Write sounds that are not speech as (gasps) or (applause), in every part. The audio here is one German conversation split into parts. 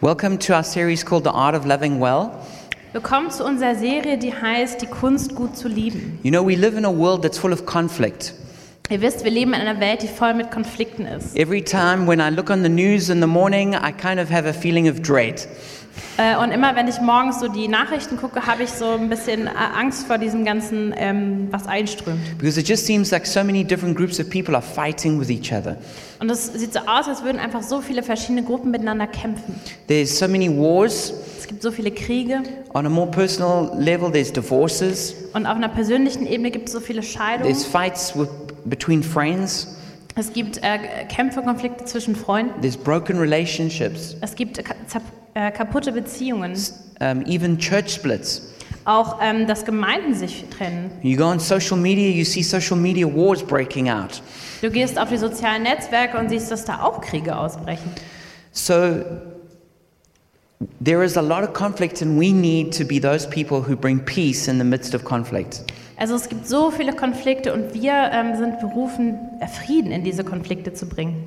Welcome to our series called The Art of Loving Well. Willkommen zu unserer Serie, die heißt Die Kunst gut zu lieben. You know, we live in a world that's full of conflict. Ihr wisst, wir leben in einer Welt, die voll mit Konflikten ist. Every time when I look on the news in the morning, I kind of have a feeling of dread. Äh, Und immer wenn ich morgens so die Nachrichten gucke, habe ich so ein bisschen äh, Angst vor diesem ganzen, ähm, was einströmt. Because it just seems like so many different groups of people are fighting with each other. Und es sieht so aus, als würden einfach so viele verschiedene Gruppen miteinander kämpfen. There's so many wars. Es gibt so viele Kriege On a more personal level, there's divorces, und auf einer persönlichen Ebene gibt es so viele Scheidungen. there's fights with, between friends, Es gibt äh, Kämpfe, Konflikte zwischen Freunden. there's broken relationships, Es gibt äh, ka- zap- äh, kaputte Beziehungen. um, even church splits. Auch, ähm, dass Gemeinden sich trennen. You go on social media, you see social media wars breaking out. Du gehst auf die sozialen Netzwerke und siehst, dass da auch Kriege ausbrechen. So there is a lot of conflict, and we need to be those people who bring peace in the midst of conflict. Also es gibt so viele Konflikte und wir ähm, sind berufen, äh, Frieden in diese Konflikte zu bringen.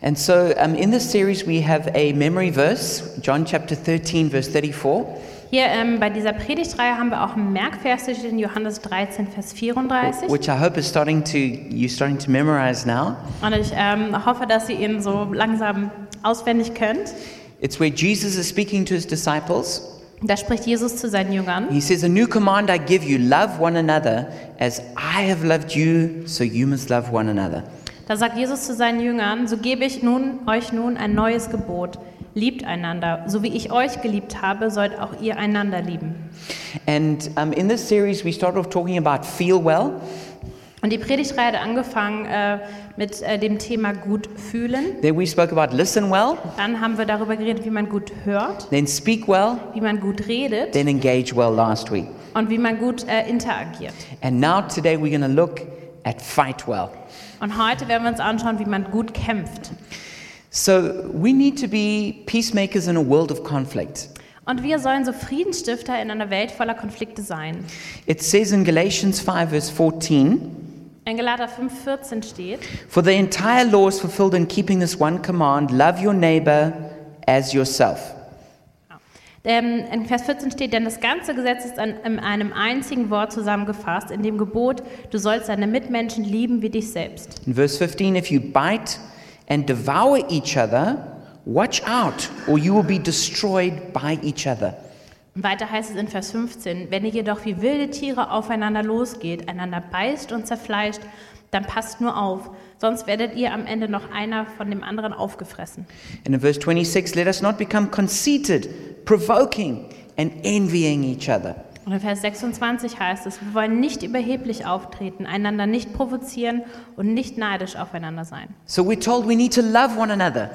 And so um, in this series, we have a memory verse, John chapter 13, verse 34. Hier ähm, bei dieser Predigtreihe haben wir auch einen Merkvers, der steht in Johannes 13, Vers 34. Which I hope is starting to you're starting to memorize now. Und ich ähm, hoffe, dass ihr ihn so langsam auswendig könnt. It's where Jesus is speaking to his disciples. Da spricht Jesus zu seinen Jüngern. He says, "A new command I give you: love one another, as I have loved you, so you must love one another." Da sagt Jesus zu seinen Jüngern, so gebe ich nun, euch nun ein neues Gebot. Liebt einander. So wie ich euch geliebt habe, sollt auch ihr einander lieben. And um, in this series, we start off talking about feel well. Und die Predigtreihe hat angefangen äh, mit äh, dem Thema gut fühlen. Then we spoke about listen well. Dann haben wir darüber geredet, wie man gut hört, then speak well, wie man gut redet then engage well last week. und wie man gut äh, interagiert. And now today we're going to look at fight well. Und heute werden wir uns anschauen, wie man gut kämpft. So we need to be peacemakers in a world of conflict. Und wir sollen so Friedensstifter in einer Welt voller Konflikte sein. It says in Galatians 5, verse 14, In Galater 5,14 steht, For the entire law is fulfilled in keeping this one command love your neighbor as yourself. Ähm, in Vers 14 steht, denn das ganze Gesetz ist an, in einem einzigen Wort zusammengefasst, in dem Gebot, du sollst deine Mitmenschen lieben wie dich selbst. In verse 15, if you bite and devour each other, watch out, or you will be destroyed by each other. Und weiter heißt es in Vers 15, wenn ihr jedoch wie wilde Tiere aufeinander losgeht, einander beißt und zerfleischt, dann passt nur auf, sonst werdet ihr am Ende noch einer von dem anderen aufgefressen. And in verse 26, let us not become conceited, provoking, and envying each other. Und in Vers 26 heißt es, wir wollen nicht überheblich auftreten, einander nicht provozieren und nicht neidisch aufeinander sein. So we're told we need to love one another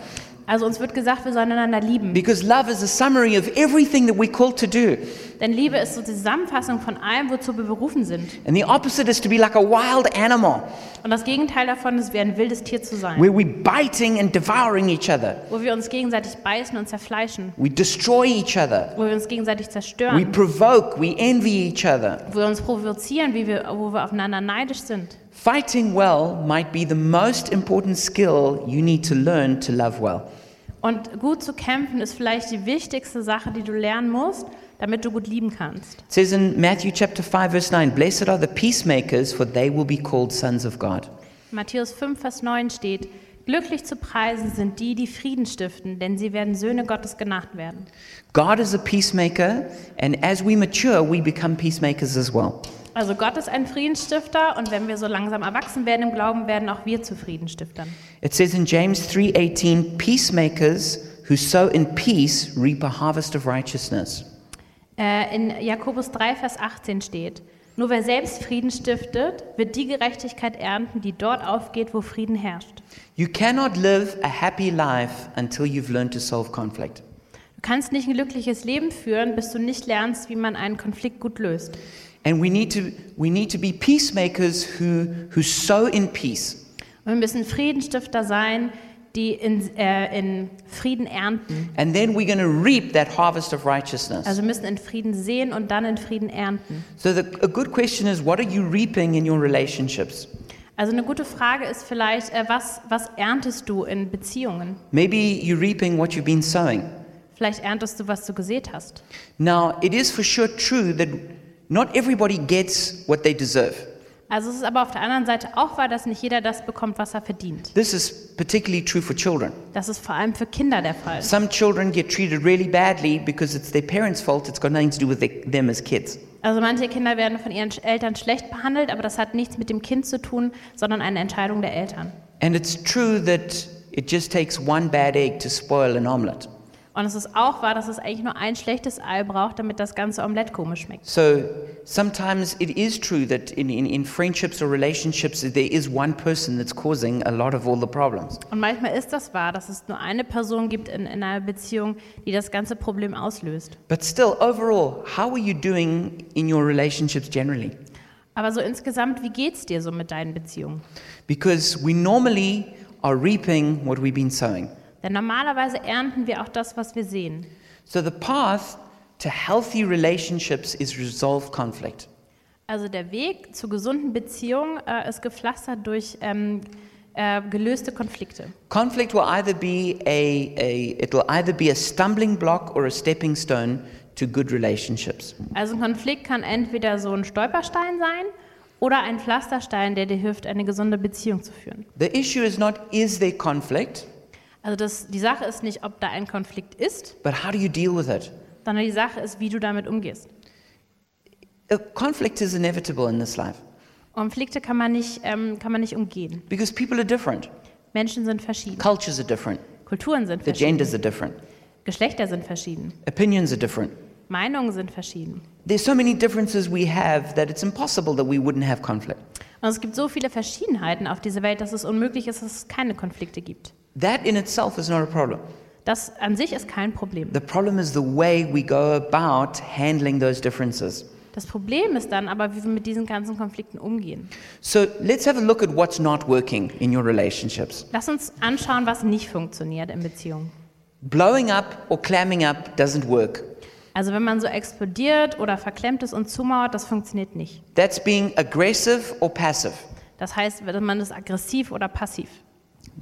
Also uns wird gesagt, wir sollen einander lieben. because love is a summary of everything that we're called to do. Denn Liebe ist so die Zusammenfassung von allem, wozu wir berufen sind. And the opposite is to be like a wild animal Und das Gegenteil davon ist, wie ein wildes Tier zu sein, where we're biting and devouring each other, wo wir uns gegenseitig beißen und zerfleischen, we destroy each other, wo wir uns gegenseitig we zerstören, provoke, we envy each other. wo wir uns provozieren, wie wir, wo wir aufeinander neidisch sind. Fighting well might be the most important skill you need to learn to love well. Und gut zu kämpfen ist vielleicht die wichtigste Sache, die du lernen musst, damit du gut lieben kannst. It says in Matthew chapter 5 verse 9, blessed are the peacemakers for they will be called sons of God. Matthäus 5, Vers 9 steht, Glücklich zu preisen sind die, die Frieden stiften, denn sie werden Söhne Gottes genannt werden. God is a peacemaker and as we mature we become peacemakers as well. Also Gott ist ein Friedensstifter und wenn wir so langsam erwachsen werden im Glauben, werden auch wir zu Friedensstiftern. It says in James 3:18, peacemakers who sow in peace reap a harvest of righteousness. Äh, in Jakobus 3, Vers 18 steht, nur wer selbst Frieden stiftet, wird die Gerechtigkeit ernten, die dort aufgeht, wo Frieden herrscht. You cannot live a happy life until you've learned to solve conflict. Du kannst nicht ein glückliches Leben führen, bis du nicht lernst, wie man einen Konflikt gut löst. And we need to we need to be peacemakers who who sow in peace. Und wir müssen Friedenstifter sein, die in, äh, in Frieden ernten. And then we're going to reap that harvest of righteousness. Also wir müssen in Frieden sehen und dann in Frieden ernten. So the, a good question is, what are you reaping in your relationships? Also eine gute Frage ist vielleicht, äh, was, was erntest du in Beziehungen? Maybe you're reaping what you've been sowing. Vielleicht erntest du, was du gesät hast. Now, it is for sure true that not everybody gets what they deserve. Also es ist aber auf der anderen Seite auch wahr, dass nicht jeder das bekommt, was er verdient. This is particularly true for children. Das ist vor allem für Kinder der Fall. Some children get treated really badly because it's their parents' fault. It's got nothing to do with the, them as kids. Also manche Kinder werden von ihren Eltern schlecht behandelt, aber das hat nichts mit dem Kind zu tun, sondern eine Entscheidung der Eltern. And it's true that it just takes one bad egg to spoil an omelet. Und es ist auch wahr, dass es eigentlich nur ein schlechtes Ei braucht, damit das ganze Omelett komisch schmeckt. So sometimes it is true that in, in, in friendships or relationships, that there is one person that's causing a lot of all the problems. Und manchmal ist das wahr, dass es nur eine Person gibt in, in einer Beziehung, die das ganze Problem auslöst. But still, overall, how are you doing in your relationships generally? Aber so insgesamt, wie geht's dir so mit deinen Beziehungen? Because we normally are reaping what we've been sowing. Denn normalerweise ernten wir auch das, was wir sehen. So the path to healthy relationships is resolve conflict. Also der Weg zu gesunden Beziehungen äh, ist gepflastert durch ähm, äh, gelöste Konflikte. Conflict will either be a, a it will either be a stumbling block or a stepping stone to good relationships. Also ein Konflikt kann entweder so ein Stolperstein sein oder ein Pflasterstein, der dir hilft, eine gesunde Beziehung zu führen. The issue is not is there conflict, Also das, die Sache ist nicht, ob da ein Konflikt ist, but how do you deal with it? sondern die Sache ist, wie du damit umgehst. Uh, Conflict is inevitable in this life Konflikte kann man nicht, ähm, kann man nicht umgehen. because people are different, Menschen sind verschieden, cultures are different, Kulturen sind the verschieden, genders are different, Geschlechter sind verschieden, opinions are different. Meinungen sind verschieden. There's so many differences we have that it's impossible that we wouldn't have conflict. Und es gibt so viele Verschiedenheiten auf dieser Welt, dass es unmöglich ist, dass es keine Konflikte gibt. That in itself is not a problem. Das an sich ist kein Problem. The problem is the way we go about handling those differences. Das Problem ist dann aber, wie wir mit diesen ganzen Konflikten umgehen. So let's have a look at what's not working in your relationships. Lass uns anschauen, was nicht funktioniert in Beziehungen. Blowing up or clamming up doesn't work. Also wenn man so explodiert oder verklemmt ist und zumauert, das funktioniert nicht. That's being aggressive or passive. Das heißt, wenn man ist aggressiv oder passiv.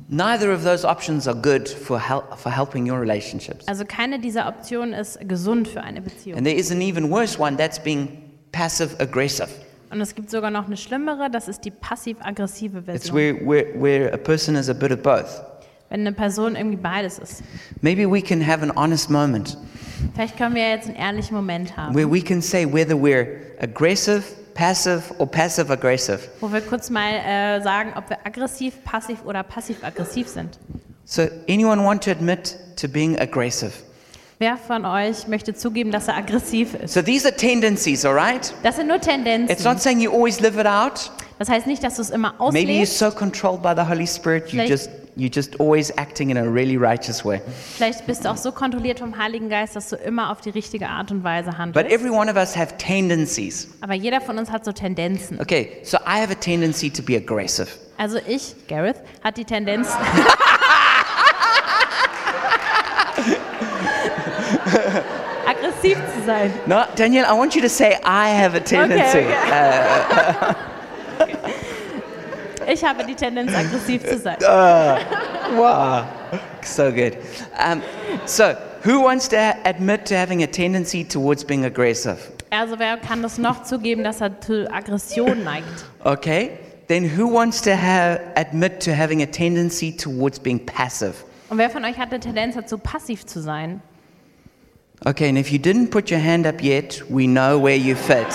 Neither of those options are good for, hel- for helping your relationships. Also keine dieser Optionen ist gesund für eine Beziehung. And there is an even worse one that's being passive aggressive. Und es gibt sogar noch eine schlimmere, das ist die passiv-aggressive It's Version. where, where, where a person is a bit of both. Wenn eine Person irgendwie beides ist. Maybe we can have an honest moment Vielleicht können wir ja jetzt einen ehrlichen Moment haben, where we can say whether we're aggressive, passive, or passive aggressive. wo wir kurz mal äh, sagen, ob wir aggressiv, passiv oder passiv-aggressiv sind. So, anyone want to admit to being aggressive? Wer von euch möchte zugeben, dass er aggressiv ist? So, these are tendencies, all right? Das sind nur It's Tendenzen. not saying you always live it out. Das heißt nicht, dass du es immer Maybe you're auslebst. so controlled by the Holy Spirit, you Vielleicht- just you're just always acting in a really righteous way. Vielleicht bist du auch so kontrolliert vom Heiligen Geist, dass du immer auf die richtige Art und Weise But handelst. every one of us have tendencies. Aber jeder von uns hat so Tendenzen. Okay, so I have a tendency to be aggressive. Also ich, Gareth, hat (laughs) die Tendenz, aggressiv zu sein. No, Daniel, I want you to say I have a tendency. okay. Ich habe die Tendenz, aggressiv zu sein. Wow, Ah, so good. Um, so, who wants to admit to having a tendency towards being aggressive? Also wer kann das noch zugeben, dass er zu Aggression neigt? Okay, then who wants to have admit to having a tendency towards being passive? Und wer von euch hat eine Tendenz dazu, passiv zu sein? Okay, and if you didn't put your hand up yet, we know where you fit.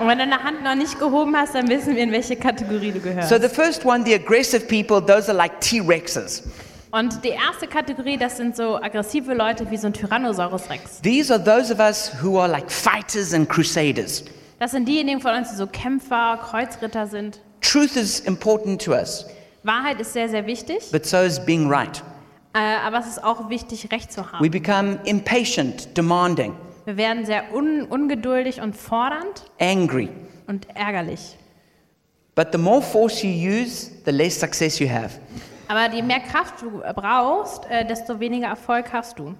Und wenn du eine Hand noch nicht gehoben hast, dann wissen wir, in welche Kategorie du gehörst. So the first one, the aggressive people, those are like T-Rexes. Und die erste Kategorie, das sind so aggressive Leute wie so ein Tyrannosaurus Rex. These are those of us who are like fighters and crusaders. Das sind diejenigen von uns, die so Kämpfer, Kreuzritter sind. Truth is important to us, Wahrheit ist sehr, sehr wichtig, but so is being right. äh, aber es ist auch wichtig, Recht zu We haben. become impatient, demanding, Wir werden sehr un ungeduldig und fordernd angry. und ärgerlich. But the more force you use, the less success you have. Aber je mehr Kraft du brauchst, äh, desto weniger Erfolg hast du.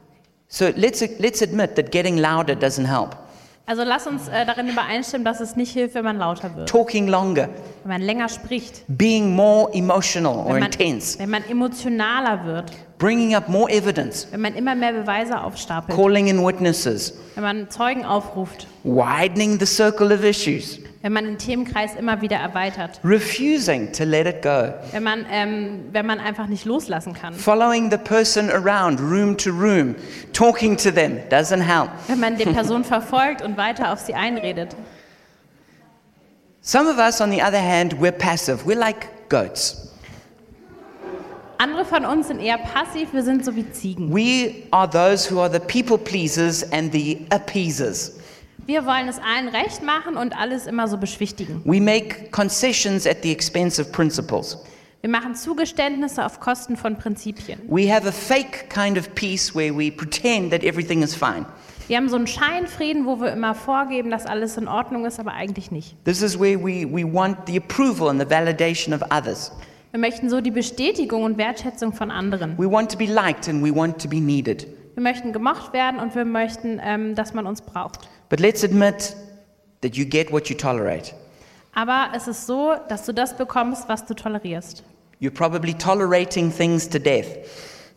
So let's, let's admit that getting louder doesn't help. Also lass uns äh, darin übereinstimmen, dass es nicht hilft, wenn man lauter wird, Talking longer, wenn man länger spricht, being more emotional or wenn man, intense, wenn man emotionaler wird, bringing up more evidence, wenn man immer mehr Beweise aufstapelt, calling in witnesses, wenn man Zeugen aufruft, widening the circle of issues, wenn man den Themenkreis immer wieder erweitert, refusing to let it go, wenn man, ähm, wenn man einfach nicht loslassen kann, following the person around room to room, talking to them doesn't help. wenn man die Person (laughs) verfolgt und weiter auf sie einredet. Some of us, on the other hand, we're passive. We're like goats. Andere von uns sind eher passiv, wir sind so wie Ziegen. We are those who are the people pleasers and the appeasers. Wir wollen es allen recht machen und alles immer so beschwichtigen. We make concessions at the expense of principles. Wir machen Zugeständnisse auf Kosten von Prinzipien. We have a fake kind of peace where we pretend that everything is fine. Wir haben so einen Scheinfrieden, wo wir immer vorgeben, dass alles in Ordnung ist, aber eigentlich nicht. This is where we, we want the approval and the validation of others. Wir möchten so die Bestätigung und Wertschätzung von anderen. We want to be liked and we want to be needed. Wir möchten gemocht werden und wir möchten, ähm, dass man uns braucht. But let's admit that you get what you tolerate. Aber es ist so, dass du das bekommst, was du tolerierst. You're probably tolerating things to death.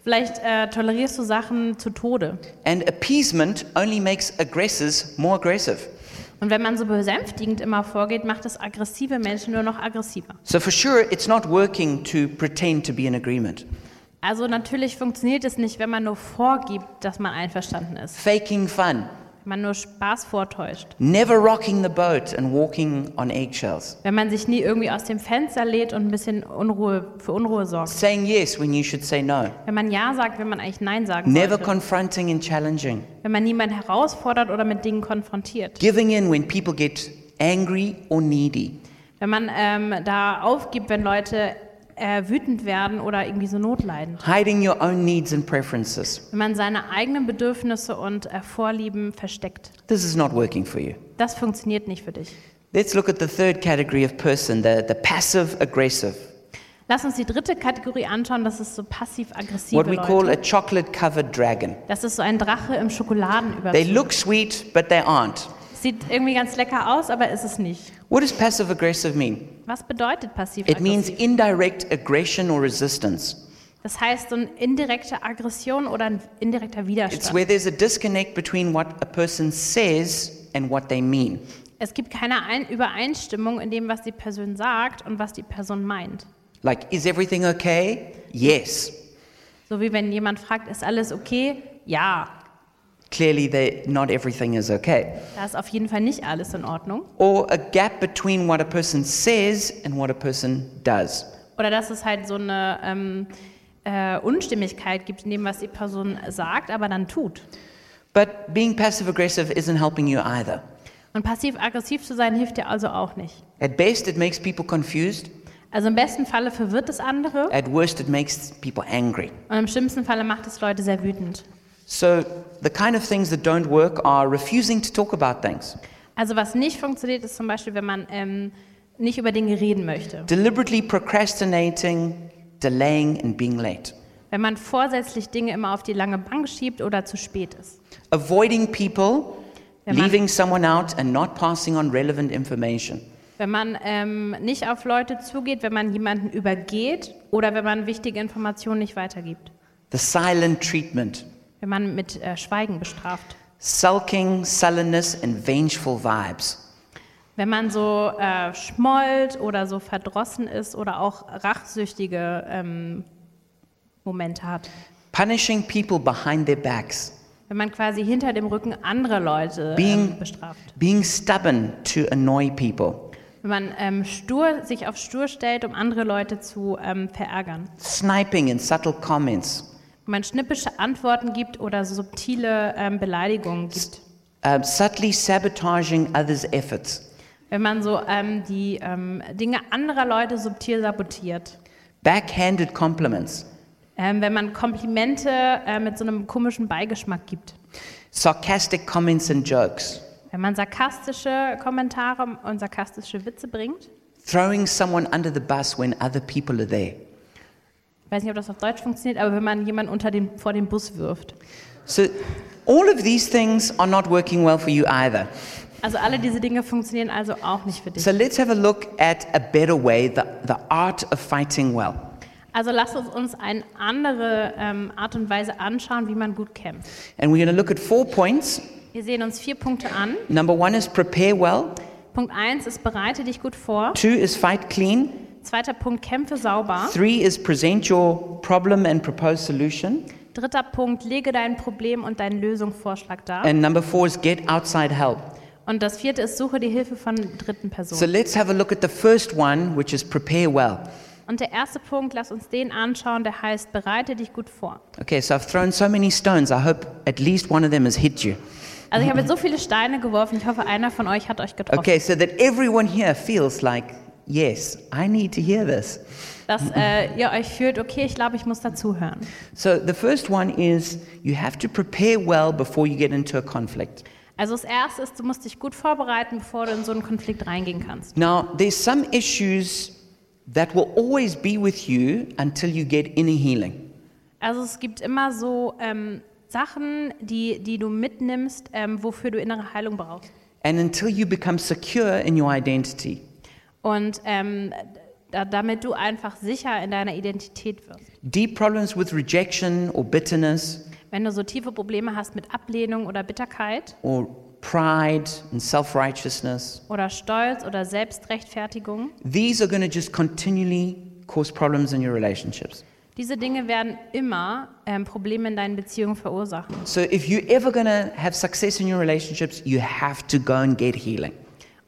Vielleicht äh, tolerierst du Sachen zu Tode. And appeasement only makes aggressors more aggressive. Und wenn man so besänftigend immer vorgeht, macht es aggressive Menschen nur noch aggressiver. So for sure, it's not working to pretend to be in agreement. Also natürlich funktioniert es nicht, wenn man nur vorgibt, dass man einverstanden ist. Faking fun, Wenn man nur Spaß vortäuscht. never rocking the boat and walking on eggshells. Wenn man sich nie irgendwie aus dem Fenster lädt und ein bisschen Unruhe für Unruhe sorgt. Saying yes when you should say no. Wenn man Ja sagt, wenn man eigentlich Nein sagen Never sollte. confronting and challenging. Wenn man niemanden herausfordert oder mit Dingen konfrontiert. Giving in when people get angry or needy. Wenn man ähm, da aufgibt, wenn Leute äh, wütend werden oder irgendwie so Not leiden. Hiding your own needs and preferences. Wenn man seine eigenen Bedürfnisse und äh, Vorlieben versteckt. This is not working for you. Das funktioniert nicht für dich. Let's look at the third category of person, the, the passive aggressive, Lass uns die dritte Kategorie anschauen, das ist so passiv-aggressive what we call Leute. a chocolate covered dragon. Das ist so ein Drache im They Schokoladenüberzug. look sweet, but they aren't. Sieht irgendwie ganz lecker aus, aber ist es nicht. What does passive aggressive mean? Was bedeutet It means passiv-aggressiv? indirect aggression or resistance. Das heißt so eine indirekte Aggression oder ein indirekter It's Widerstand. where there's a disconnect between what a person says and what they mean. Es gibt keine Ein Übereinstimmung in dem, was die Person sagt und was die Person meint. Like, is everything okay? Yes. So wie wenn jemand fragt, ist alles okay? Ja, Clearly, they, not everything is okay. da ist auf jeden Fall nicht alles in Ordnung. Or a gap between what a person says and what a person does. Oder dass es halt so eine ähm, äh, Unstimmigkeit gibt in dem, was die Person sagt, aber dann tut. But being passive aggressive isn't helping you either. Und passiv-aggressiv zu sein hilft dir also auch nicht. At best, it makes people confused. Also im besten Falle verwirrt es andere At worst, it makes people angry. und im schlimmsten Falle macht es Leute sehr wütend. So, the kind of things that don't work are refusing to talk about things, Also was nicht funktioniert, ist zum Beispiel, wenn man ähm, nicht über Dinge reden möchte. deliberately procrastinating, delaying, and being late. Wenn man vorsätzlich Dinge immer auf die lange Bank schiebt oder zu spät ist. avoiding people, Yeah, man. leaving someone out, and not passing on relevant information. Wenn man ähm, nicht auf Leute zugeht, wenn man jemanden übergeht oder wenn man wichtige Informationen nicht weitergibt. The silent treatment, Wenn man mit äh, Schweigen bestraft. sulking, sullenness, and vengeful vibes. Wenn man so äh, schmollt oder so verdrossen ist oder auch rachsüchtige ähm, Momente hat. Punishing people behind their backs. Wenn man quasi hinter dem Rücken andere Leute ähm, Being, bestraft. being stubborn to annoy people. Wenn man ähm, stur, sich auf stur stellt, um andere Leute zu ähm, verärgern. Sniping and subtle comments. Wenn man schnippische Antworten gibt oder so subtile ähm, Beleidigungen gibt. Uh, subtly sabotaging others' efforts. Wenn man so ähm, die ähm, Dinge anderer Leute subtil sabotiert. Backhanded compliments. Ähm, wenn man Komplimente äh, mit so einem komischen Beigeschmack gibt. Sarcastic comments and jokes. Wenn man sarkastische Kommentare und sarkastische Witze bringt. Throwing someone under the bus when other people are there. Ich weiß nicht, ob das auf Deutsch funktioniert, aber wenn man jemanden unter den, vor den Bus wirft. So, all of these things are not working well for you either. Also alle diese Dinge funktionieren also auch nicht für dich. So, let's have a look at a better way the, the art of fighting well. Also lasst uns uns eine andere ähm, Art und Weise anschauen, wie man gut kämpft. And we're going to look at four points. Wir sehen uns vier Punkte an. Number one is prepare well. Punkt 1 ist bereite dich gut vor. Two is fight clean. Zweiter Punkt kämpfe sauber. Three is present your problem and propose solution. Dritter Punkt lege dein Problem und deinen Lösungsvorschlag dar. And number four is get outside help. Und das vierte ist suche die Hilfe von dritten So Personen. let's have a look at the first one, which is prepare well. Und der erste Punkt, lass uns den anschauen, der heißt bereite dich gut vor. Okay, so I've thrown so many stones. I hope at least one of them has hit you. Also ich habe jetzt so viele Steine geworfen, ich hoffe einer von euch hat euch getroffen. Okay, so that everyone here feels like, yes, I need to hear this. Dass äh, ihr euch fühlt, okay, ich glaube, ich muss dazuhören. So the first one is you have to prepare well before you get into a conflict. Also das erste ist, du musst dich gut vorbereiten, bevor du in so einen Konflikt reingehen kannst. Now, there's some issues that will always be with you until you get inner healing. Also es gibt immer so ähm, Sachen, die, die du mitnimmst, ähm, wofür du innere Heilung brauchst. And until you become secure in your identity, Und ähm, da, damit du einfach sicher in deiner Identität wirst. deep problems with rejection or bitterness Wenn du so tiefe Probleme hast mit Ablehnung oder Bitterkeit or pride and self righteousness, oder Stolz oder Selbstrechtfertigung, these are going to just continually cause problems in your relationships. diese Dinge werden immer ähm, Probleme in deinen Beziehungen verursachen. So, if you're ever going to have success in your relationships, you have to go and get healing.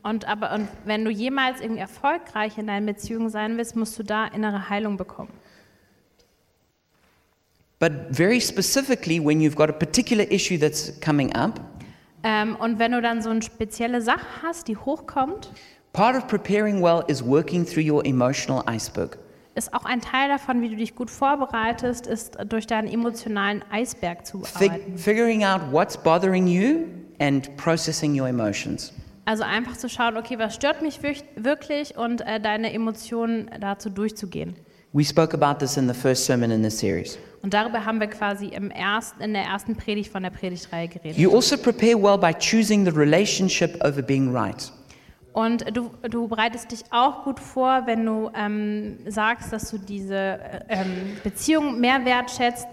Und, aber, und wenn du jemals irgendwie erfolgreich in deinen Beziehungen sein willst, musst du da innere Heilung bekommen. But very specifically, when you've got a particular issue that's coming up, Ähm, und wenn du dann so eine spezielle Sache hast, die hochkommt, Part of preparing well is working through your emotional iceberg. ist auch ein Teil davon, wie du dich gut vorbereitest, ist äh, durch deinen emotionalen Eisberg zu Fig- arbeiten. figuring out what's bothering you and processing your emotions. Also einfach zu schauen, okay, was stört mich wirk- wirklich und äh, deine Emotionen dazu durchzugehen. We spoke about this in the first sermon in this series. Und darüber haben wir quasi im ersten, in der ersten Predigt von der Predigtreihe geredet. You also prepare well by choosing the relationship over being right. Und du, du bereitest dich auch gut vor, wenn du ähm, sagst, dass du diese äh, ähm, Beziehung mehr wertschätzt,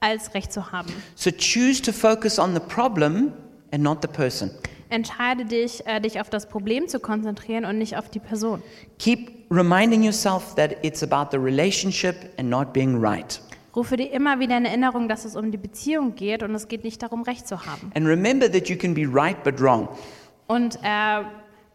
als Recht zu haben. So choose to focus on the problem and not the person. Entscheide dich, äh, dich auf das Problem zu konzentrieren und nicht auf die Person. Keep reminding yourself that it's about the relationship and not being right. Rufe dir immer wieder in Erinnerung, dass es um die Beziehung geht und es geht nicht darum, Recht zu haben. And remember that you can be right but wrong. Und äh,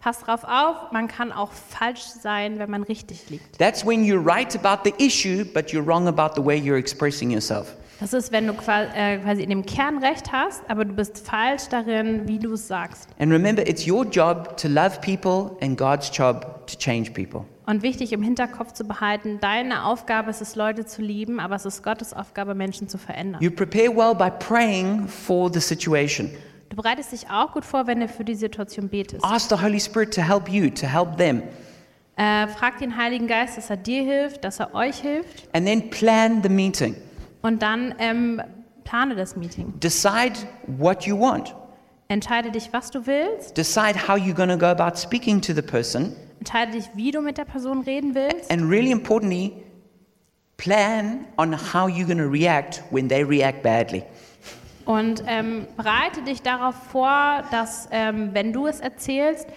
pass drauf auf, man kann auch falsch sein, wenn man richtig liegt. That's when you're right about the issue, but you're wrong about the way you're expressing yourself. Das ist, wenn du qua- äh, quasi in dem Kern Recht hast, aber du bist falsch darin, wie du es sagst. And remember, it's your job to love people and God's job to change people. Und wichtig im Hinterkopf zu behalten, deine Aufgabe ist es, Leute zu lieben, aber es ist Gottes Aufgabe, Menschen zu verändern. You prepare well by praying for the situation. Du bereitest dich auch gut vor, wenn du für die Situation betest. Ask the Holy Spirit to help you, to help them. Äh, frag den Heiligen Geist, dass er dir hilft, dass er euch hilft. And then plan the meeting. Und dann ähm, plane das Meeting. Decide what you want. Entscheide dich, was du willst. Decide how you're going to go about speaking to the person. Entscheide dich, wie du mit der Person reden willst. And really importantly, plan on how you're going to react when they react badly. Und ähm, bereite dich darauf vor, dass, ähm, wenn du es erzählst,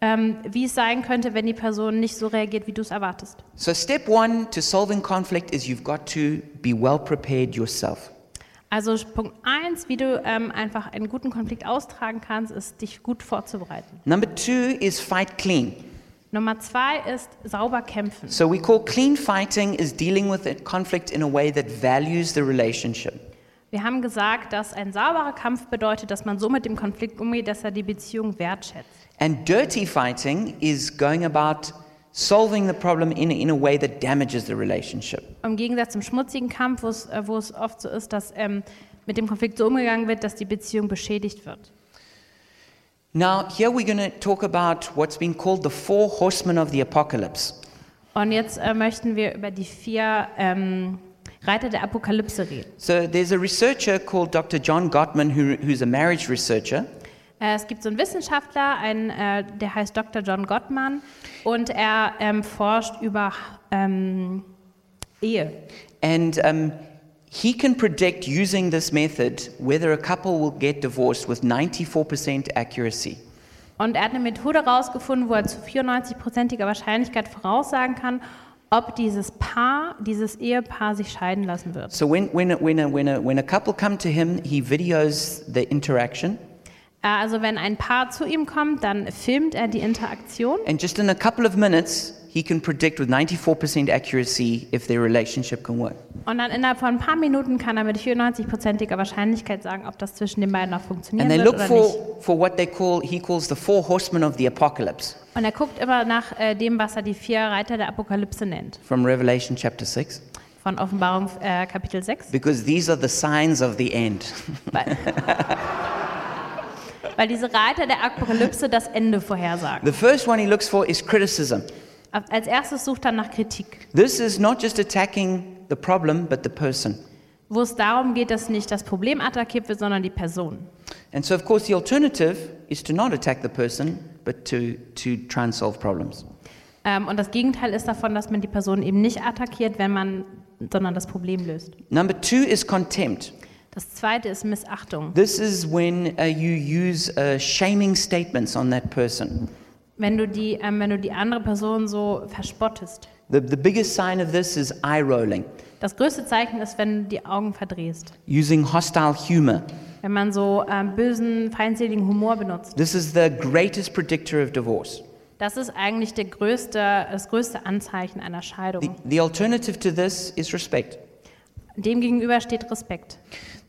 ähm, wie es sein könnte, wenn die Person nicht so reagiert, wie du es erwartest. So, step one to solving conflict is you've got to be well prepared yourself. Also Punkt 1, wie du ähm, einfach einen guten Konflikt austragen kannst, ist, dich gut vorzubereiten. Number two is fight clean. Nummer 2 ist, sauber kämpfen. So we call clean fighting is dealing with a conflict in a way that values the relationship. Wir haben gesagt, dass ein sauberer Kampf bedeutet, dass man so mit dem Konflikt umgeht, dass er die Beziehung wertschätzt. And dirty fighting is going about solving the problem in, in a way that damages the relationship. Im Gegensatz zum schmutzigen Kampf, wo es, äh, wo es oft so ist, dass ähm, mit dem Konflikt so umgegangen wird, dass die Beziehung beschädigt wird. Now, here we're going to talk about what's been called the four horsemen of the apocalypse. Und jetzt äh, möchten wir über die vier ähm, Reiter der Apokalypse reden. So there's a researcher called Dr. John Gottman, who, who's a marriage researcher, Äh, es gibt so einen Wissenschaftler, einen, äh, der heißt Dr. John Gottman, und er ähm, forscht über ähm, Ehe. And um, he can predict using this method whether a couple will get divorced with 94% accuracy. Und er hat eine Methode rausgefunden, wo er zu 94-prozentiger Wahrscheinlichkeit voraussagen kann, ob dieses Paar, dieses Ehepaar sich scheiden lassen wird. So when, when, a, when, a, when, a, when a couple come to him, he videos the interaction. Äh, Also wenn ein Paar zu ihm kommt, dann filmt er die Interaktion And just in a couple of minutes, he can predict with 94% accuracy if their relationship can work. und dann innerhalb von ein paar Minuten kann er mit 94-prozentiger Wahrscheinlichkeit sagen, ob das zwischen den beiden noch funktionieren And they wird look oder nicht. for, for what they call, he calls the four horsemen of the apocalypse Und er guckt immer nach äh, dem, was er die vier Reiter der Apokalypse nennt, from Revelation chapter 6, von Offenbarung äh, (laughs) Kapitel 6, because these are the signs of the end. weil, weil diese Reiter der Apokalypse das Ende vorhersagen. The first one he looks for is criticism. Als erstes sucht er nach Kritik, This is not just attacking the problem, but the person. wo es darum geht, dass nicht das Problem attackiert wird, sondern die Person. And so, of course, the alternative is to not attack the person, but to, to try and solve problems. Ähm, und das Gegenteil ist davon, dass man die Person eben nicht attackiert, wenn man, sondern das Problem löst. Number two is contempt. Das zweite ist Missachtung. This is when uh, you use uh, shaming statements on that person. Wenn du die, ähm, wenn du die andere Person so verspottest. The, the biggest sign of this is eye rolling, Das größte Zeichen ist, wenn du die Augen verdrehst. using hostile humor. Wenn man so ähm, bösen, feindseligen Humor benutzt. This is the greatest predictor of divorce. Das ist eigentlich der größte, das größte Anzeichen einer The, Scheidung. the alternative to this is respect. Demgegenüber steht Respekt.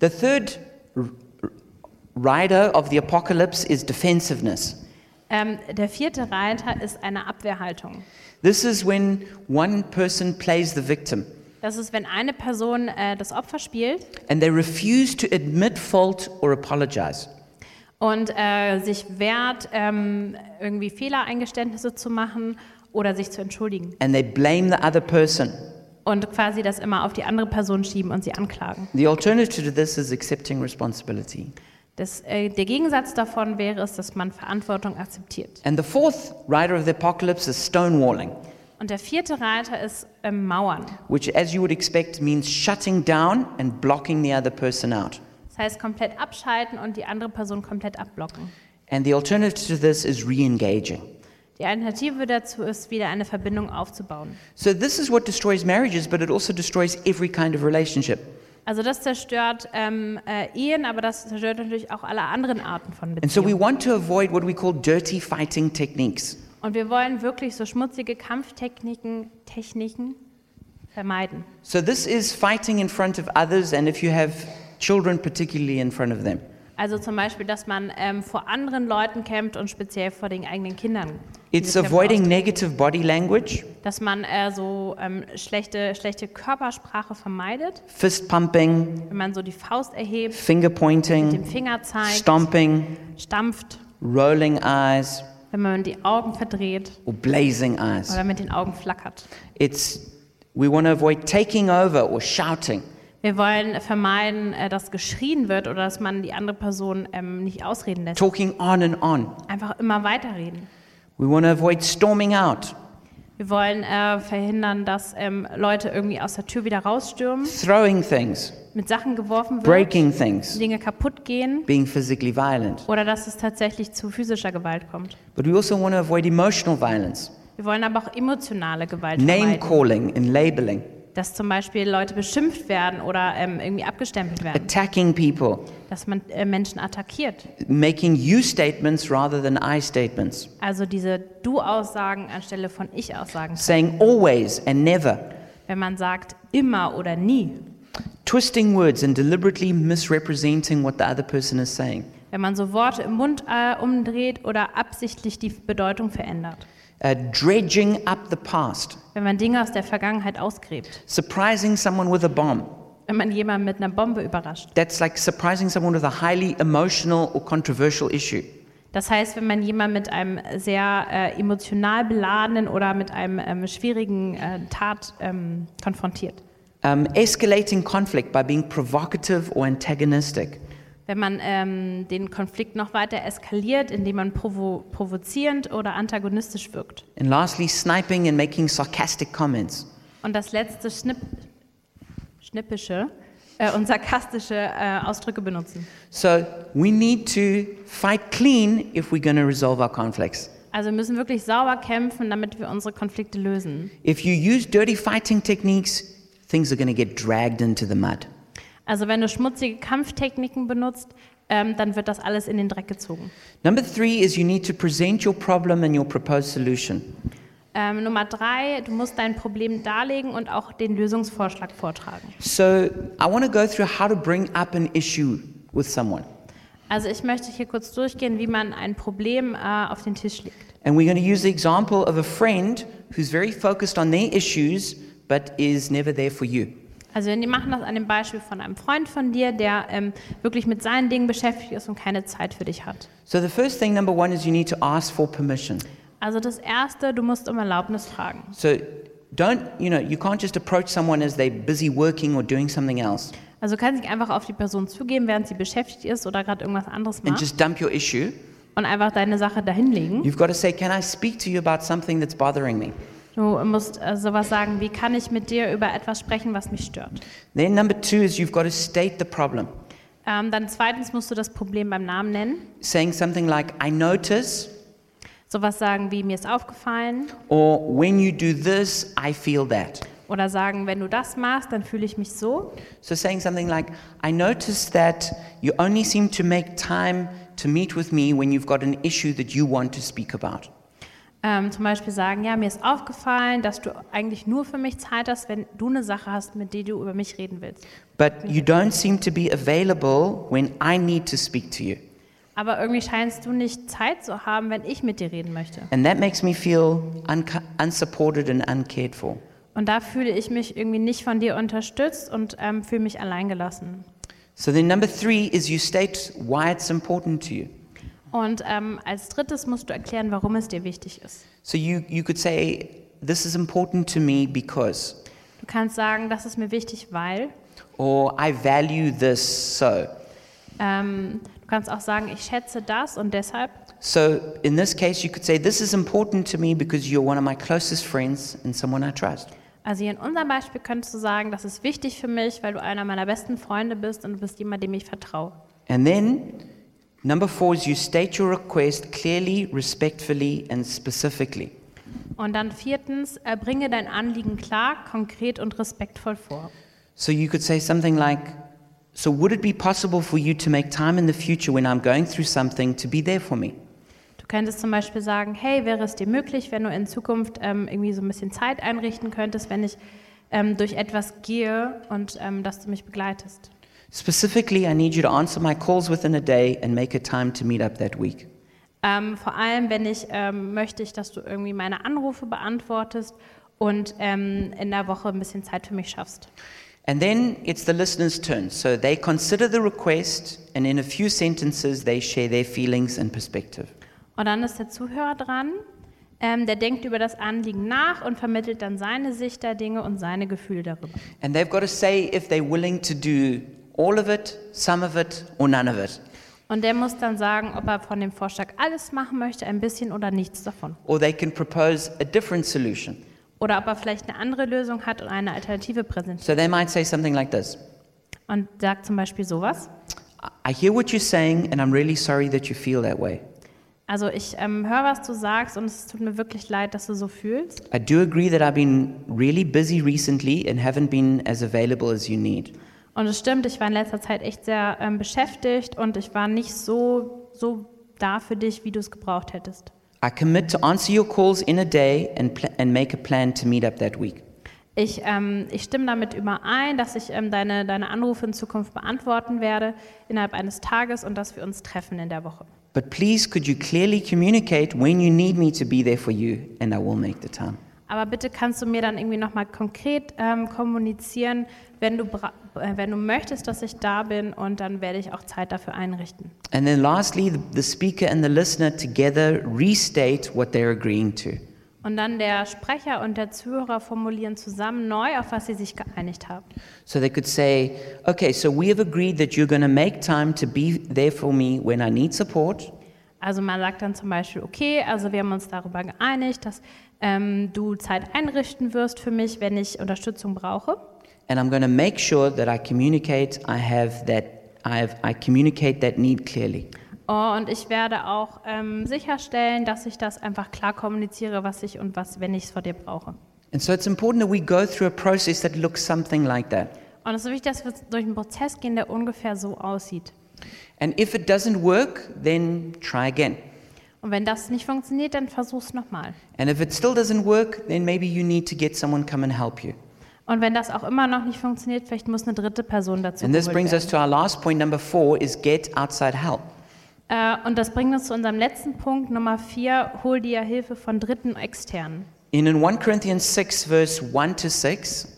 The third r- r- rider of the apocalypse is defensiveness. Ähm, der vierte Reiter ist eine Abwehrhaltung. This is when one person plays the victim Das ist, wenn eine Person äh, das Opfer spielt and they refuse to admit fault or apologize. und äh, sich wehrt, ähm, irgendwie Fehlereingeständnisse zu machen oder sich zu entschuldigen. And they blame the other person. Und quasi das immer auf die andere Person schieben und sie anklagen. The alternative to this is accepting responsibility. Das, äh, der Gegensatz davon wäre es, dass man Verantwortung akzeptiert. And the fourth rider of the apocalypse is stonewalling, Und der vierte Reiter ist ähm, Mauern. which, as you would expect, means shutting down and blocking the other person out. Das heißt, komplett abschalten und die andere Person komplett abblocken. And the alternative to this is re engaging. Die Alternative dazu ist, wieder eine Verbindung aufzubauen. So, this is what destroys marriages, but it also destroys every kind of relationship. Also das zerstört ähm, äh, Ehen, aber das zerstört natürlich auch alle anderen Arten von And so, we Beziehungen. want to avoid what we call dirty fighting techniques. Und wir wollen wirklich so schmutzige Kampftechniken Techniken vermeiden. So, this is fighting in front of others, and if you have children, particularly in front of them. Also zum Beispiel, dass man ähm, vor anderen Leuten kämpft und speziell vor den eigenen Kindern. It's Diese Kämpfe avoiding aus- negative body language, Dass man äh, so ähm, schlechte, schlechte Körpersprache vermeidet, fist pumping, wenn man so die Faust erhebt, finger mit dem pointing, Finger zeigt, stomping. stampft, rolling eyes wenn man die Augen verdreht or blazing eyes. oder mit den Augen flackert. It's we want to avoid taking over or shouting. Wir wollen vermeiden, äh, dass geschrien wird oder dass man die andere Person ähm, nicht ausreden lässt. Talking on and on. Einfach immer weiterreden. We want to avoid storming out, Wir wollen äh, verhindern, dass ähm, Leute irgendwie aus der Tür wieder rausstürmen, throwing things, mit Sachen geworfen werden, breaking things, Dinge kaputt gehen being physically violent. oder dass es tatsächlich zu physischer Gewalt kommt. But we also want to avoid emotional violence, Wir wollen aber auch emotionale Gewalt name vermeiden, calling and labeling, dass zum Beispiel Leute beschimpft werden oder ähm, irgendwie abgestempelt werden, attacking people, dass man äh, Menschen attackiert. making you statements rather than I statements, Also diese Du-Aussagen anstelle von Ich-Aussagen. saying always and never, Wenn man sagt immer oder nie. twisting words and deliberately misrepresenting what the other person is saying. Wenn man so Worte im Mund äh, umdreht oder absichtlich die Bedeutung verändert. uh, dredging up the past, Wenn man Dinge aus der Vergangenheit ausgräbt. surprising someone with a bomb. Wenn man jemanden mit einer Bombe überrascht. That's like surprising someone with a highly emotional or controversial issue. Das heißt, wenn man jemanden mit einem sehr äh, emotional beladenen oder mit einem ähm, schwierigen äh, Tat ähm, konfrontiert. Um, escalating conflict by being provocative or antagonistic. Wenn man ähm, den Konflikt noch weiter eskaliert, indem man provo provozierend oder antagonistisch wirkt. And lastly, sniping and making sarcastic comments. Und das letzte Schnipp, schnippische äh, und sarkastische äh, Ausdrücke benutzen. So we need to fight clean if we're going to resolve our conflicts. Also wir müssen wirklich sauber kämpfen, damit wir unsere Konflikte lösen. If you use dirty fighting techniques, things are going to get dragged into the mud. Also wenn du schmutzige Kampftechniken benutzt, ähm, dann wird das alles in den Dreck gezogen. Number three is you need to present your problem and your proposed solution. Ähm, Nummer drei, du musst dein Problem darlegen und auch den Lösungsvorschlag vortragen. So I want to go through how to bring up an issue with someone. Also ich möchte hier kurz durchgehen, wie man ein Problem äh, auf den Tisch legt. And we're going to use the example of a friend who's very focused on their issues but is never there for you. Also wir machen das an dem Beispiel von einem Freund von dir, der ähm, wirklich mit seinen Dingen beschäftigt ist und keine Zeit für dich hat. So the first thing, number one, is you need to ask for permission. Also das Erste, du musst um Erlaubnis fragen. So don't, you know, you can't just approach someone as they're busy working or doing something else Also du kannst nicht einfach auf die Person zugehen, während sie beschäftigt ist oder gerade irgendwas anderes and macht just dump your issue. und einfach deine Sache dahinlegen. You've got to say, can I speak to you about something that's bothering me? Du musst äh, sowas sagen, wie kann ich mit dir über etwas sprechen, was mich stört. Then number two is you've got to state the problem. Ähm, dann zweitens musst du das Problem beim Namen nennen. Saying something like, I notice, Sowas sagen wie, mir ist aufgefallen. or when you do this, I feel that. Oder sagen, wenn du das machst, dann fühle ich mich so. So saying something like, I notice that you only seem to make time to meet with me when you've got an issue that you want to speak about. Ähm, zum Beispiel sagen, ja, mir ist aufgefallen, dass du eigentlich nur für mich Zeit hast, wenn du eine Sache hast, mit der du über mich reden willst. But you don't seem to be available when I need to speak to you. Aber irgendwie scheinst du nicht Zeit zu haben, wenn ich mit dir reden möchte. And that makes me feel unca- unsupported and uncared for. Und da fühle ich mich irgendwie nicht von dir unterstützt und ähm, fühle mich alleingelassen. So then, number three is you state why it's important to you. Und ähm, als drittes musst du erklären, warum es dir wichtig ist. So you, you could say, This is important to me because, Du kannst sagen, das ist mir wichtig, weil. or I value this so. Ähm, du kannst auch sagen, ich schätze das und deshalb. So in this case, you could say, This is important to me because you're one of my closest friends and someone I trust. Also hier in unserem Beispiel könntest du sagen, das ist wichtig für mich, weil du einer meiner besten Freunde bist und du bist jemand, dem ich vertraue. And then, number four is you state your request clearly, respectfully, and specifically. Und dann viertens, äh, bringe dein Anliegen klar, konkret und respektvoll vor. So you could say something like, So would it be possible for you to make time in the future when I'm going through something to be there for me? Du könntest zum Beispiel sagen, hey, wäre es dir möglich, wenn du in Zukunft ähm, irgendwie so ein bisschen Zeit einrichten könntest, wenn ich ähm, durch etwas gehe und ähm, dass du mich begleitest. Specifically, I need you to answer my calls within a day and make a time to meet up that week. Ähm, vor allem, wenn ich ähm, möchte, ich, dass du irgendwie meine Anrufe beantwortest und ähm, in der Woche ein bisschen Zeit für mich schaffst. And then it's the listener's turn. So they consider the request, and in a few sentences, they share their feelings and perspective. Und dann ist der Zuhörer dran, ähm, der denkt über das Anliegen nach und vermittelt dann seine Sicht der Dinge und seine Gefühle darüber. And they've got to say if they're willing to do all of it, some of it, or none of it. Und der muss dann sagen, ob er von dem Vorschlag alles machen möchte, ein bisschen oder nichts davon. Or they can propose a different solution. Oder ob er vielleicht eine andere Lösung hat und eine Alternative präsentiert. So they might say something like this Und sagt zum Beispiel sowas. "I- I hear what you're saying, and I'm really sorry that you feel that way. Also ich ähm, höre, was du sagst und es tut mir wirklich leid, dass du so fühlst. I do agree that I've been really busy recently and haven't been as available as you need. Und es stimmt, ich war in letzter Zeit echt sehr ähm, beschäftigt und ich war nicht so, so da für dich, wie du es gebraucht hättest. I commit to answer your calls in a day and, pl- and make a plan to meet up that week. Ich, ähm, ich stimme damit überein, dass ich ähm, deine, deine Anrufe in Zukunft beantworten werde innerhalb eines Tages und dass wir uns treffen in der Woche. But please, could you clearly communicate when you need me to be there for you, and I will make the time. Aber bitte kannst du mir dann irgendwie nochmal konkret ähm, kommunizieren, wenn du, bra- äh, wenn du möchtest, dass ich da bin und dann werde ich auch Zeit dafür einrichten. And then, lastly, the, the speaker and the listener together restate what they're agreeing to. Und dann der Sprecher und der Zuhörer formulieren zusammen neu, auf was sie sich geeinigt haben. So they could say, okay, so we have agreed that you're going to make time to be there for me when I need support, Also man sagt dann zum Beispiel, okay, also wir haben uns darüber geeinigt, dass ähm, du Zeit einrichten wirst für mich, wenn ich Unterstützung brauche. And I'm going to make sure that I communicate, I have that, I, have, I communicate that need clearly. Oh, und ich werde auch ähm, sicherstellen, dass ich das einfach klar kommuniziere, was ich und was, wenn ich es vor dir brauche. And so it's important that we go through a process that looks something like that. Und es ist wichtig, dass wir durch einen Prozess gehen, der ungefähr so aussieht. And if it doesn't work, then try again. Und wenn das nicht funktioniert, dann versuch's nochmal. And if it still doesn't work, then maybe you need to get someone come and help you. Und wenn das auch immer noch nicht funktioniert, vielleicht muss eine dritte Person dazu And this geholt brings werden. us to our last point number 4 is get outside help. Äh, und das bringt uns zu unserem letzten Punkt, Nummer vier, hol dir Hilfe von Dritten externen. And in 1 Corinthians 6 verse 1 to 6,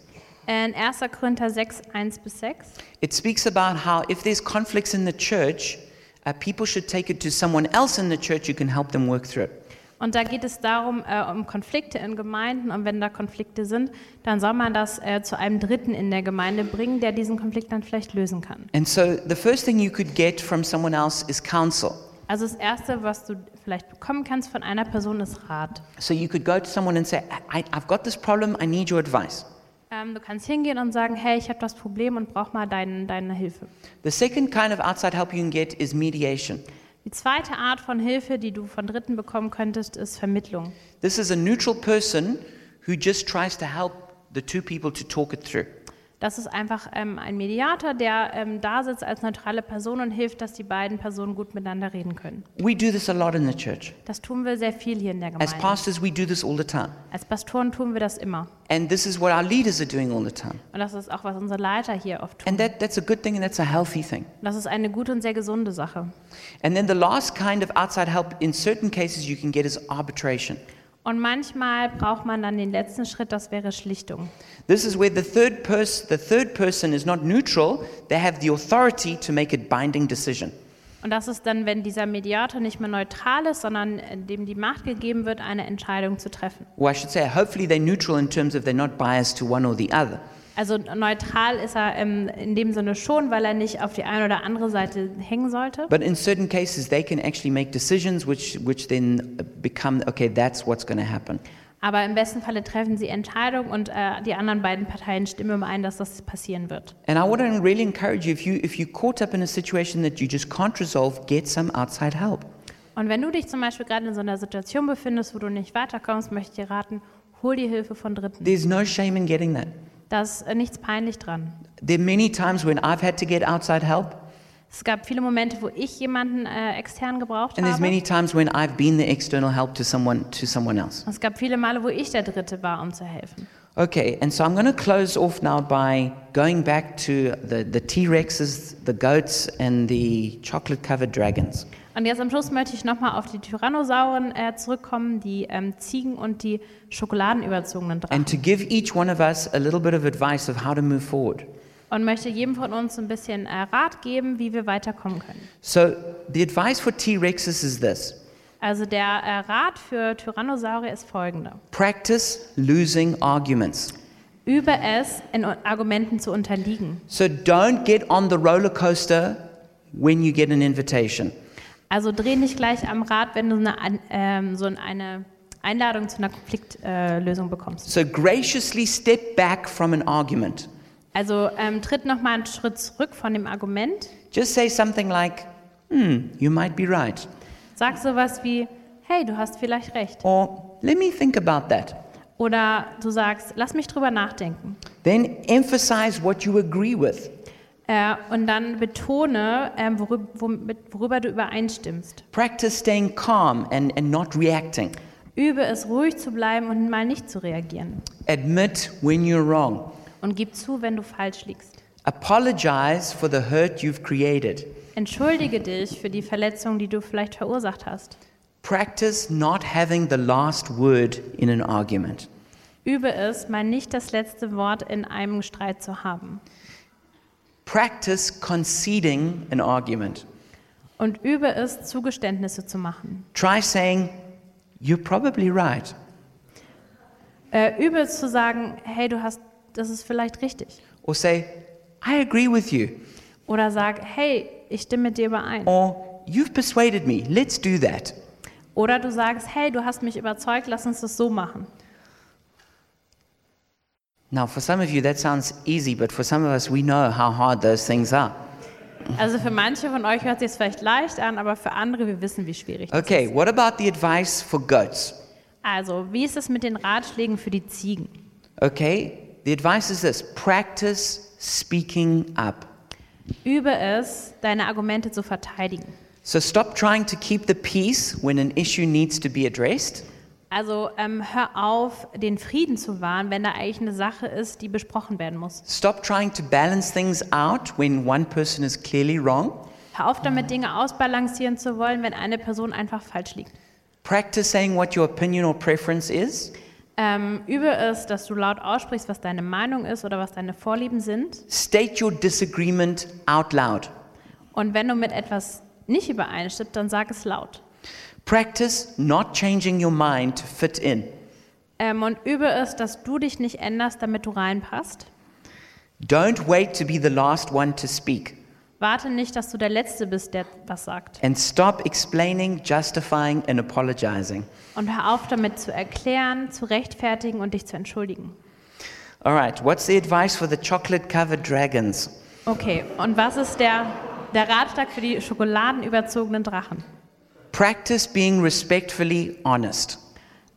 Äh, In 1. Korinther 6, 1 bis 6. it speaks about how if there's conflicts in the church, uh, people should take it to someone else in the church who can help them work through it. Und da geht es darum, äh, um Konflikte in Gemeinden. Und wenn da Konflikte sind, dann soll man das äh, zu einem Dritten in der Gemeinde bringen, der diesen Konflikt dann vielleicht lösen kann. And so the first thing you could get from someone else is counsel. Also das Erste, was du vielleicht bekommen kannst von einer Person, ist Rat. So you could go to someone and say, I, I- I've got this problem, I need your advice. Ähm, du kannst hingehen und sagen, hey, ich habe das Problem und brauche mal dein, deine Hilfe. The second kind of outside help you can get is mediation. Die zweite Art von Hilfe, die du von Dritten bekommen könntest, ist Vermittlung. This is a neutral person who just tries to help the two people to talk it through. Das ist einfach ähm, ein Mediator, der ähm, da sitzt als neutrale Person und hilft, dass die beiden Personen gut miteinander reden können. We do this a lot in the church. Das tun wir sehr viel hier in der As Gemeinde. pastors, we do this all the time. Als Pastoren tun wir das immer. And this is what our leaders are doing all the time. Und das ist auch, was unsere Leiter hier oft tun. And that, that's a good thing and that's a healthy thing. Das ist eine gute und sehr gesunde Sache. And then the last kind of outside help in certain cases you can get is arbitration. Und manchmal braucht man dann den letzten Schritt, das wäre Schlichtung. This is where the third, pers- the third person is not neutral, they have the authority to make a binding decision. Und das ist dann, wenn dieser Mediator nicht mehr neutral ist, sondern äh, dem die Macht gegeben wird, eine Entscheidung zu treffen. Well, I should say, hopefully they're neutral in terms of they're not biased to one or the other. Also neutral ist er ähm, in dem Sinne schon, weil er nicht auf die eine oder andere Seite hängen sollte. But in certain cases, they can actually make decisions which, which then become, okay, that's what's going to happen. Aber im besten Falle treffen sie Entscheidungen und äh, die anderen beiden Parteien stimmen ein, dass das passieren wird. And I want to really encourage you if, you, if you're caught up in a situation that you just can't resolve, get some outside help. Und wenn du dich zum Beispiel gerade in so einer Situation befindest, wo du nicht weiterkommst, möchte ich dir raten, hol die Hilfe von Dritten. There's no shame in getting that. Da ist äh, nichts peinlich dran. There are many times when I've had to get outside help, Es gab viele Momente, wo ich jemanden äh, extern gebraucht and there's habe. many times when I've been the external help to someone to someone else. Und Es gab viele Male, wo ich der Dritte war, um zu helfen. Okay, and so I'm going to close off now by going back to the, the T-Rexes, the goats, and the chocolate-covered dragons. Und jetzt am Schluss möchte ich nochmal auf die Tyrannosauren äh, zurückkommen, die ähm, Ziegen und die schokoladenüberzogenen Drachen. and to give each one of us a little bit of advice of how to move forward. Und möchte jedem von uns so ein bisschen äh, Rat geben, wie wir weiterkommen können. So, the advice for T Rexes is this Also der äh, Rat für Tyrannosaurier ist folgender. practice losing arguments. Übe es, in U- Argumenten zu unterliegen. So, don't get on the roller coaster when you get an invitation. Also dreh nicht gleich am Rad, wenn du eine, An- ähm, so eine Einladung zu einer Konfliktlösung äh, Lösung bekommst. So, graciously step back from an argument. Also ähm, tritt nochmal einen Schritt zurück von dem Argument. Just say something like, hmm, you might be right. Sag sowas wie, hey, du hast vielleicht recht. Or, let me think about that. Oder du sagst, lass mich drüber nachdenken. Then emphasize what you agree with. Äh, und dann betone, ähm, worüber, womit, worüber du übereinstimmst. Practice staying calm and, and not reacting. Übe es, ruhig zu bleiben und mal nicht zu reagieren. Admit when you're wrong. Und gib zu, wenn du falsch liegst. Apologize for the hurt you've created. Entschuldige dich für die Verletzung, die du vielleicht verursacht hast. Practice not having the last word in an argument. Übe es, mal nicht das letzte Wort in einem Streit zu haben. Practice conceding an argument. Und übe es, Zugeständnisse zu machen. Try saying, You're probably right. Äh, übe es zu sagen, hey, du hast, das ist vielleicht richtig. Or say, I agree with you. Oder sag, hey, ich stimme mit dir überein. Or, You've persuaded me. Let's do that. Oder du sagst, hey, du hast mich überzeugt, lass uns das so machen. Now, for some of you, that sounds easy, but for some of us, we know how hard those things are. Also für manche von euch hört sich es vielleicht leicht an, aber für andere, wir wissen, wie schwierig das Okay, ist. what about the advice for goats? Also, wie ist es mit den Ratschlägen für die Ziegen? Okay, the advice is this practice speaking up. Übe es, deine Argumente zu verteidigen. So stop trying to keep the peace when an issue needs to be addressed. Also ähm, hör auf, den Frieden zu wahren, wenn da eigentlich eine Sache ist, die besprochen werden muss. Stop trying to balance things out when one person is clearly wrong. Hör auf damit, Dinge ausbalancieren zu wollen, wenn eine Person einfach falsch liegt. Practice saying what your opinion or preference is. Ähm, übe es, dass du laut aussprichst, was deine Meinung ist oder was deine Vorlieben sind. State your disagreement out loud. Und wenn du mit etwas nicht übereinstimmst, dann sag es laut. Practice not changing your mind to fit in. Ähm, und übe es, dass du dich nicht änderst, damit du reinpasst. Don't wait to be the last one to speak. Warte nicht, dass du der Letzte bist, der was sagt. And stop explaining, justifying, and apologizing. Und hör auf damit zu erklären, zu rechtfertigen und dich zu entschuldigen. All right, what's the advice for the chocolate covered dragons? Okay, und was ist der, der Ratschlag für die schokoladenüberzogenen Drachen? Practice being respectfully honest.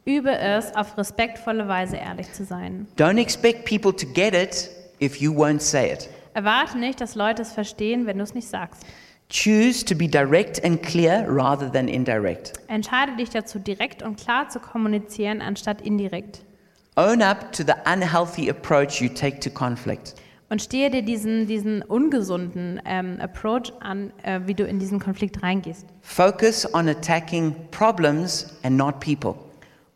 Übe es, auf respektvolle Weise ehrlich zu sein. Don't expect people to get it if you won't say it. Erwarte nicht, dass Leute es verstehen, wenn du es nicht sagst. Choose to be direct and clear rather than indirect. Entscheide dich dazu, direkt und klar zu kommunizieren, anstatt indirekt. Own up to the unhealthy approach you take to conflict. Und stehe dir diesen, diesen ungesunden ähm, Approach an, äh, wie du in diesen Konflikt reingehst. Focus on attacking problems and not people.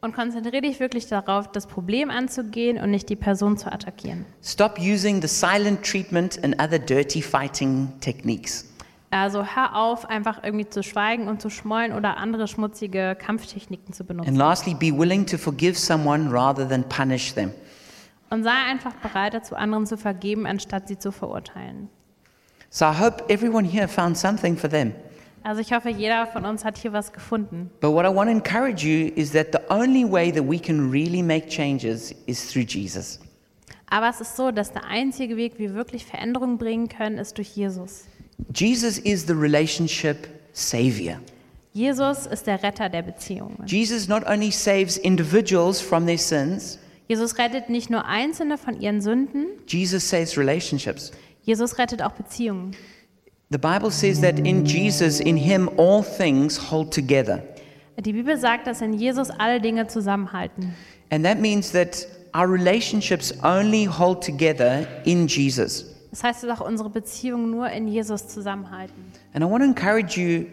Und konzentriere dich wirklich darauf, das Problem anzugehen und nicht die Person zu attackieren. Stop using the silent treatment and other dirty fighting techniques. Also hör auf, einfach irgendwie zu schweigen und zu schmollen oder andere schmutzige Kampftechniken zu benutzen. And lastly, be willing to forgive someone rather than punish them. Und sei einfach bereit dazu, anderen zu vergeben, anstatt sie zu verurteilen. So I hope everyone here found something for them. Also ich hoffe, jeder von uns hat hier was gefunden. But what I want to encourage you is that the only way that we can really make changes is through Jesus. Aber es ist so, dass der einzige Weg, wie wir wirklich Veränderung bringen können, ist durch Jesus. Jesus is the relationship savior. Jesus ist der Retter der Beziehungen. Jesus not only saves individuals from their sins, Jesus rettet nicht nur Einzelne von ihren Sünden, Jesus saves relationships. Jesus rettet auch Beziehungen. The Bible says that in Jesus, in him, all things hold together. Die Bibel sagt, dass in Jesus alle Dinge zusammenhalten. And that means that our relationships only hold together in Jesus. Das heißt, dass auch unsere Beziehungen nur in Jesus zusammenhalten. And I want to encourage you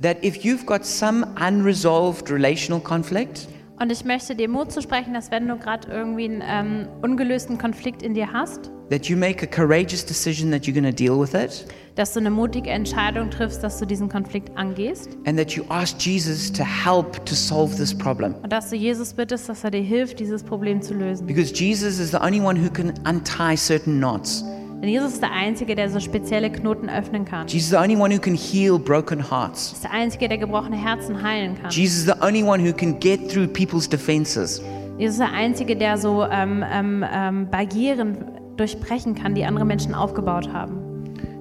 that if you've got some unresolved relational conflict, Und ich möchte dir Mut zu sprechen, dass wenn du gerade irgendwie einen ähm, ungelösten Konflikt in dir hast, that you make a courageous decision that you're going to deal with it dass du eine mutige Entscheidung triffst, dass du diesen Konflikt angehst and that you ask Jesus to help to solve this problem. und dass du Jesus bittest, dass er dir hilft, dieses Problem zu lösen. Because Jesus is the only one who can untie certain knots. Denn Jesus ist der Einzige, der so spezielle Knoten öffnen kann. Jesus is the only one who can heal broken hearts. ist der Einzige, der gebrochene Herzen heilen kann. Jesus is the only one who can get through people's defenses. Jesus ist der Einzige, der so ähm, ähm, ähm, Barrieren durchbrechen kann, die andere Menschen aufgebaut haben.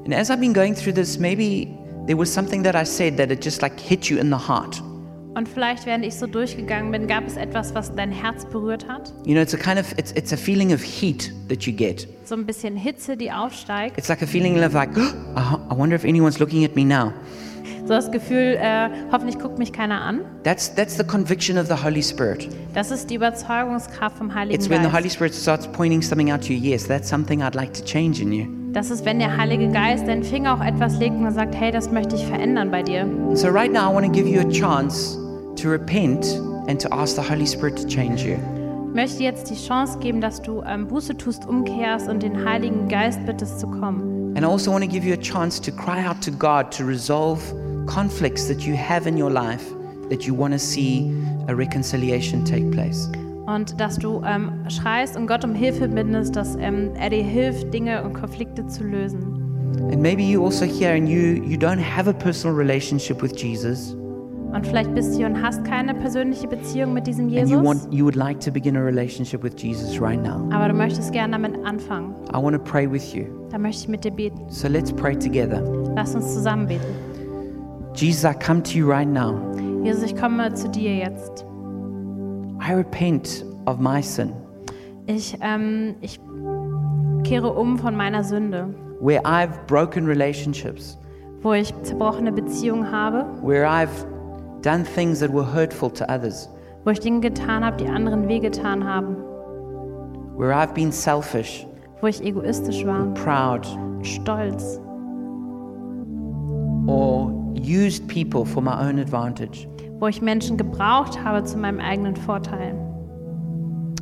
And as I've been going through this, maybe there was something that I said that it just like hit you in the heart. Und vielleicht, während ich so durchgegangen bin, gab es etwas, was dein Herz berührt hat. You know, it's a kind of it's it's a feeling of heat that you get. So ein bisschen Hitze, die aufsteigt. It's like a feeling of like, (gasps) "Oh, I wonder if anyone's looking at me now. So das Gefühl, äh, hoffentlich guckt mich keiner an. That's that's the conviction of the Holy Spirit. Das ist die Überzeugungskraft vom Heiligen It's when the Holy Geist. Spirit starts pointing something out to you. Yes, that's something I'd like to change in you. Das ist, wenn der Heilige Geist deinen Finger auf etwas legt und sagt, hey, das möchte ich verändern bei dir. And so right now, I want to give you a chance to repent and to ask the Holy Spirit to change you. Ich möchte dir jetzt die Chance geben, dass du ähm, Buße tust, umkehrst und den Heiligen Geist bittest zu kommen. And I also want to give you a chance to cry out to God to resolve conflicts that you have in your life that you want to see a reconciliation take place. Und dass du ähm, schreist und Gott um Hilfe bittest, dass ähm, er dir hilft, Dinge und Konflikte zu lösen. And maybe you also here and you you don't have a personal relationship with Jesus, Und Und vielleicht bist du und hast keine persönliche Beziehung mit diesem and you Jesus, want you would like to begin a relationship with Jesus right now. aber du möchtest gerne damit anfangen. I want to pray with you. Da möchte ich mit dir beten. So let's pray together. Lass uns zusammen beten. Jesus, I come to you right now. Jesus, ich komme zu dir jetzt. I repent of my sin, Ich, ähm, ich kehre um von meiner Sünde, where I've broken relationships, wo ich zerbrochene Beziehungen habe, where I've done things that were hurtful to others, wo ich Dinge getan habe, die anderen wehgetan haben, where I've been selfish, wo ich egoistisch war, proud, stolz or used people for my own advantage. wo ich Menschen gebraucht habe zu meinem eigenen Vorteil.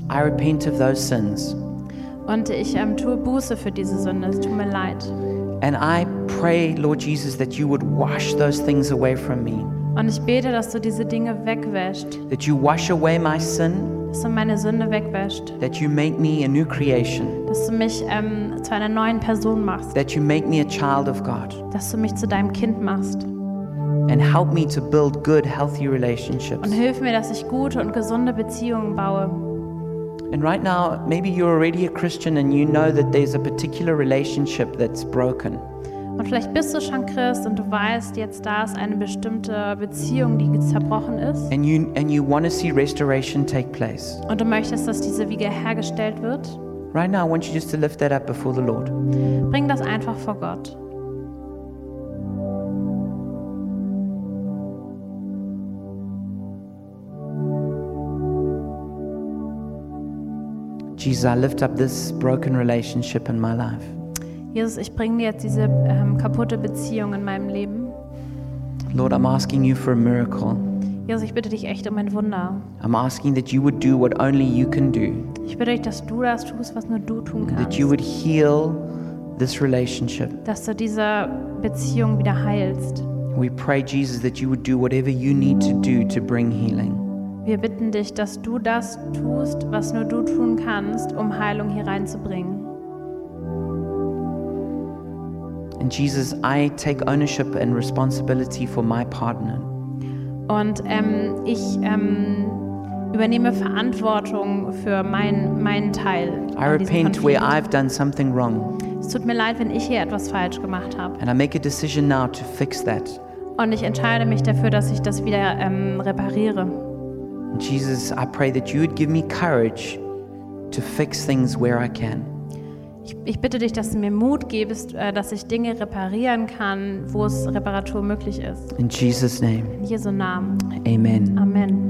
I repent of those sins. Und ich ähm, tue Buße für diese Sünde. Es tut mir leid. And I pray, Lord Jesus, that you would wash those things away from me, Und ich bete, dass du diese Dinge wegwäscht, that you wash away my sin, dass du meine Sünde wegwäscht, that you make me a new creation, dass du mich ähm, zu einer neuen Person machst, that you make me a child of God, dass du mich zu deinem Kind machst. and help me to build good, healthy relationships. Und hilf mir, dass ich gute und gesunde Beziehungen baue. And right now, maybe you're already a Christian and you know that there's a particular relationship that's broken. Und vielleicht bist du schon Christ und du weißt, jetzt da ist eine bestimmte Beziehung, die zerbrochen ist. And you, and you want to see restoration take place. Und du möchtest, dass diese wiederhergestellt wird. Right now, I want you just to lift that up before the Lord. Bring das einfach vor Gott. Jesus, I lift up this broken relationship in my life. Jesus, ich bringe dir jetzt diese ähm, kaputte Beziehung in meinem Leben. Lord, I'm asking you for a miracle. Jesus, ich bitte dich echt um ein Wunder. I'm asking that you would do what only you can do, Ich bitte dich, dass du das tust, was nur du tun that kannst. you would heal this relationship. Dass du diese Beziehung wieder heilst. We pray, Jesus, that you would do whatever you need to do to bring healing. Wir bitten dich, dass du das tust, was nur du tun kannst, um Heilung hier reinzubringen. And Jesus, I take ownership and responsibility for my partner. Und ähm, ich ähm, übernehme Verantwortung für mein, meinen Teil. I in diesem repent where Konflikt. I've done something wrong, Es tut mir leid, wenn ich hier etwas falsch gemacht habe. and I make a decision now to fix that. Und ich entscheide mich dafür, dass ich das wieder ähm, repariere. And Jesus, I pray that you would give me courage to fix things where I can. Ich, ich bitte dich, dass du mir Mut gibst, äh, dass ich Dinge reparieren kann, wo es Reparatur möglich ist. In Jesus' name, In Jesu Namen. amen. Amen.